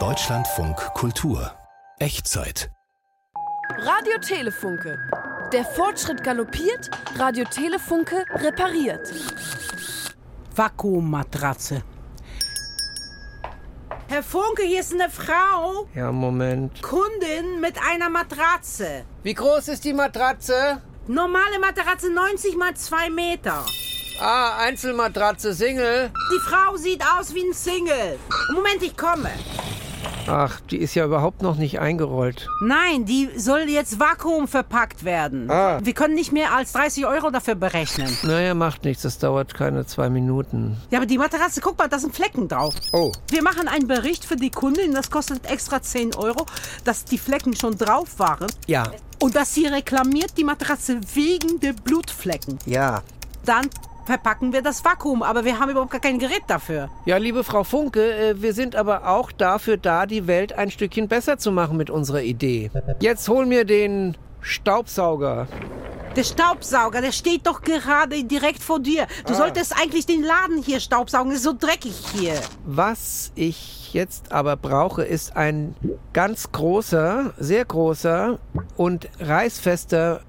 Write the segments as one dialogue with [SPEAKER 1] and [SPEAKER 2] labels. [SPEAKER 1] Deutschlandfunk Kultur. Echtzeit.
[SPEAKER 2] Radio Telefunke. Der Fortschritt galoppiert, Radio Telefunke repariert.
[SPEAKER 3] Vakuummatratze.
[SPEAKER 4] Herr Funke, hier ist eine Frau,
[SPEAKER 5] Ja, Moment.
[SPEAKER 4] Kundin mit einer Matratze.
[SPEAKER 5] Wie groß ist die Matratze?
[SPEAKER 4] Normale Matratze 90 mal 2 Meter.
[SPEAKER 5] Ah, Einzelmatratze, Single.
[SPEAKER 4] Die Frau sieht aus wie ein Single. Moment, ich komme.
[SPEAKER 5] Ach, die ist ja überhaupt noch nicht eingerollt.
[SPEAKER 4] Nein, die soll jetzt Vakuum verpackt werden.
[SPEAKER 5] Ah.
[SPEAKER 4] Wir können nicht mehr als 30 Euro dafür berechnen.
[SPEAKER 5] Naja, macht nichts, das dauert keine zwei Minuten.
[SPEAKER 4] Ja, aber die Matratze, guck mal, da sind Flecken drauf.
[SPEAKER 5] Oh.
[SPEAKER 4] Wir machen einen Bericht für die Kundin, das kostet extra 10 Euro, dass die Flecken schon drauf waren.
[SPEAKER 5] Ja,
[SPEAKER 4] Und dass sie reklamiert die Matratze wegen der Blutflecken.
[SPEAKER 5] ja.
[SPEAKER 4] Dann verpacken wir das Vakuum, aber wir haben überhaupt gar kein Gerät dafür.
[SPEAKER 5] Ja, liebe Frau Funke, äh, wir sind aber auch dafür da, die Welt ein Stückchen besser zu machen mit unserer Idee. Jetzt hol mir den Staubsauger.
[SPEAKER 4] Der Staubsauger, der steht doch gerade direkt vor dir. Du
[SPEAKER 5] Ah.
[SPEAKER 4] solltest eigentlich den Laden hier staubsaugen, ist so dreckig hier.
[SPEAKER 5] Was ich jetzt aber brauche, ist ein ganz großer, sehr großer und reißfester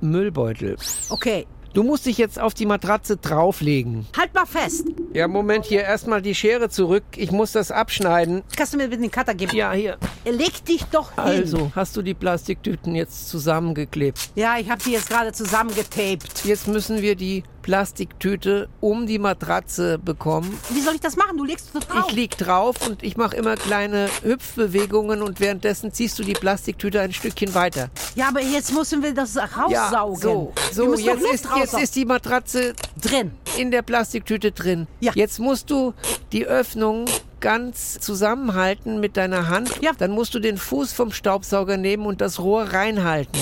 [SPEAKER 5] Müllbeutel.
[SPEAKER 4] Okay,
[SPEAKER 5] Du musst dich jetzt auf die Matratze drauflegen.
[SPEAKER 4] halt mal fest.
[SPEAKER 5] Ja, Moment, hier erstmal die Schere zurück. Ich muss das abschneiden.
[SPEAKER 4] Kannst du mir bitte den Cutter geben?
[SPEAKER 5] Ja, hier.
[SPEAKER 4] Leg dich doch hin.
[SPEAKER 5] Also, hast du die Plastiktüten jetzt zusammengeklebt?
[SPEAKER 4] Ja, ich habe die jetzt gerade zusammengetaped.
[SPEAKER 5] Jetzt müssen wir die Plastiktüte um die Matratze bekommen.
[SPEAKER 4] Wie soll ich das machen? Du legst so drauf.
[SPEAKER 5] Ich lieg drauf und ich mache immer kleine Hüpfbewegungen und währenddessen ziehst du die Plastiktüte ein Stückchen weiter.
[SPEAKER 4] ja, aber jetzt müssen wir das raussaugen.
[SPEAKER 5] so,
[SPEAKER 4] Wir
[SPEAKER 5] so
[SPEAKER 4] müssen doch
[SPEAKER 5] jetzt
[SPEAKER 4] Luft
[SPEAKER 5] ist, jetzt
[SPEAKER 4] raussaugen.
[SPEAKER 5] ist die Matratze
[SPEAKER 4] drin.
[SPEAKER 5] in der Plastiktüte drin.
[SPEAKER 4] Ja.
[SPEAKER 5] Jetzt musst du die Öffnung ganz zusammenhalten mit deiner Hand.
[SPEAKER 4] Ja.
[SPEAKER 5] Dann musst du den Fuß vom Staubsauger nehmen und das Rohr reinhalten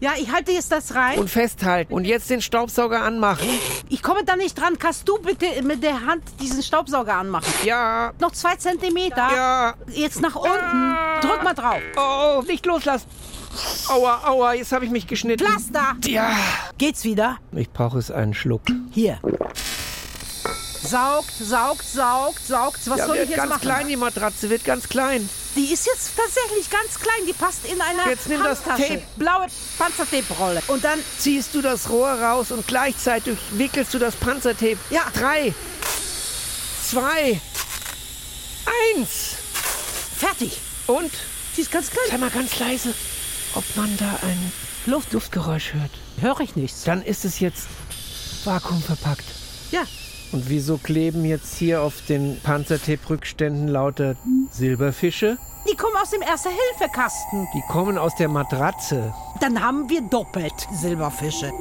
[SPEAKER 4] Ja, ich halte jetzt das rein.
[SPEAKER 5] und festhalten. Und jetzt den Staubsauger anmachen.
[SPEAKER 4] ich komme da nicht dran. Kannst du bitte mit der Hand diesen Staubsauger anmachen?
[SPEAKER 5] Ja,
[SPEAKER 4] Noch zwei Zentimeter.
[SPEAKER 5] ja.
[SPEAKER 4] Jetzt nach unten. Drück mal drauf.
[SPEAKER 5] Oh, nicht loslassen. Aua, aua, jetzt habe ich mich geschnitten.
[SPEAKER 4] Pflaster.
[SPEAKER 5] Ja.
[SPEAKER 4] Geht's wieder?
[SPEAKER 5] Ich brauche es einen Schluck.
[SPEAKER 4] Hier. Saugt, saugt, saugt, saugt. Was
[SPEAKER 5] Ja,
[SPEAKER 4] soll
[SPEAKER 5] wird
[SPEAKER 4] ich jetzt
[SPEAKER 5] ganz
[SPEAKER 4] machen?
[SPEAKER 5] klein, die Matratze wird ganz klein.
[SPEAKER 4] Die ist jetzt tatsächlich ganz klein. Die passt in einer
[SPEAKER 5] Jetzt nimm das
[SPEAKER 4] Handtasche.
[SPEAKER 5] Tape.
[SPEAKER 4] Blaue Panzertape-Rolle. Und dann
[SPEAKER 5] Ziehst du das Rohr raus und gleichzeitig wickelst du das Panzertape.
[SPEAKER 4] Ja.
[SPEAKER 5] Drei, zwei, eins.
[SPEAKER 4] fertig.
[SPEAKER 5] Und,
[SPEAKER 4] Die ist ganz klein.
[SPEAKER 5] sei mal ganz leise, ob man da ein Luft Luftgeräusch hört.
[SPEAKER 4] Höre ich nichts.
[SPEAKER 5] Dann ist es jetzt vakuumverpackt.
[SPEAKER 4] Ja.
[SPEAKER 5] Und wieso kleben jetzt hier auf den Panzertape-Rückständen lauter Silberfische?
[SPEAKER 4] Die kommen aus dem Erste-Hilfe-Kasten.
[SPEAKER 5] Die kommen aus der Matratze.
[SPEAKER 4] Dann haben wir doppelt Silberfische.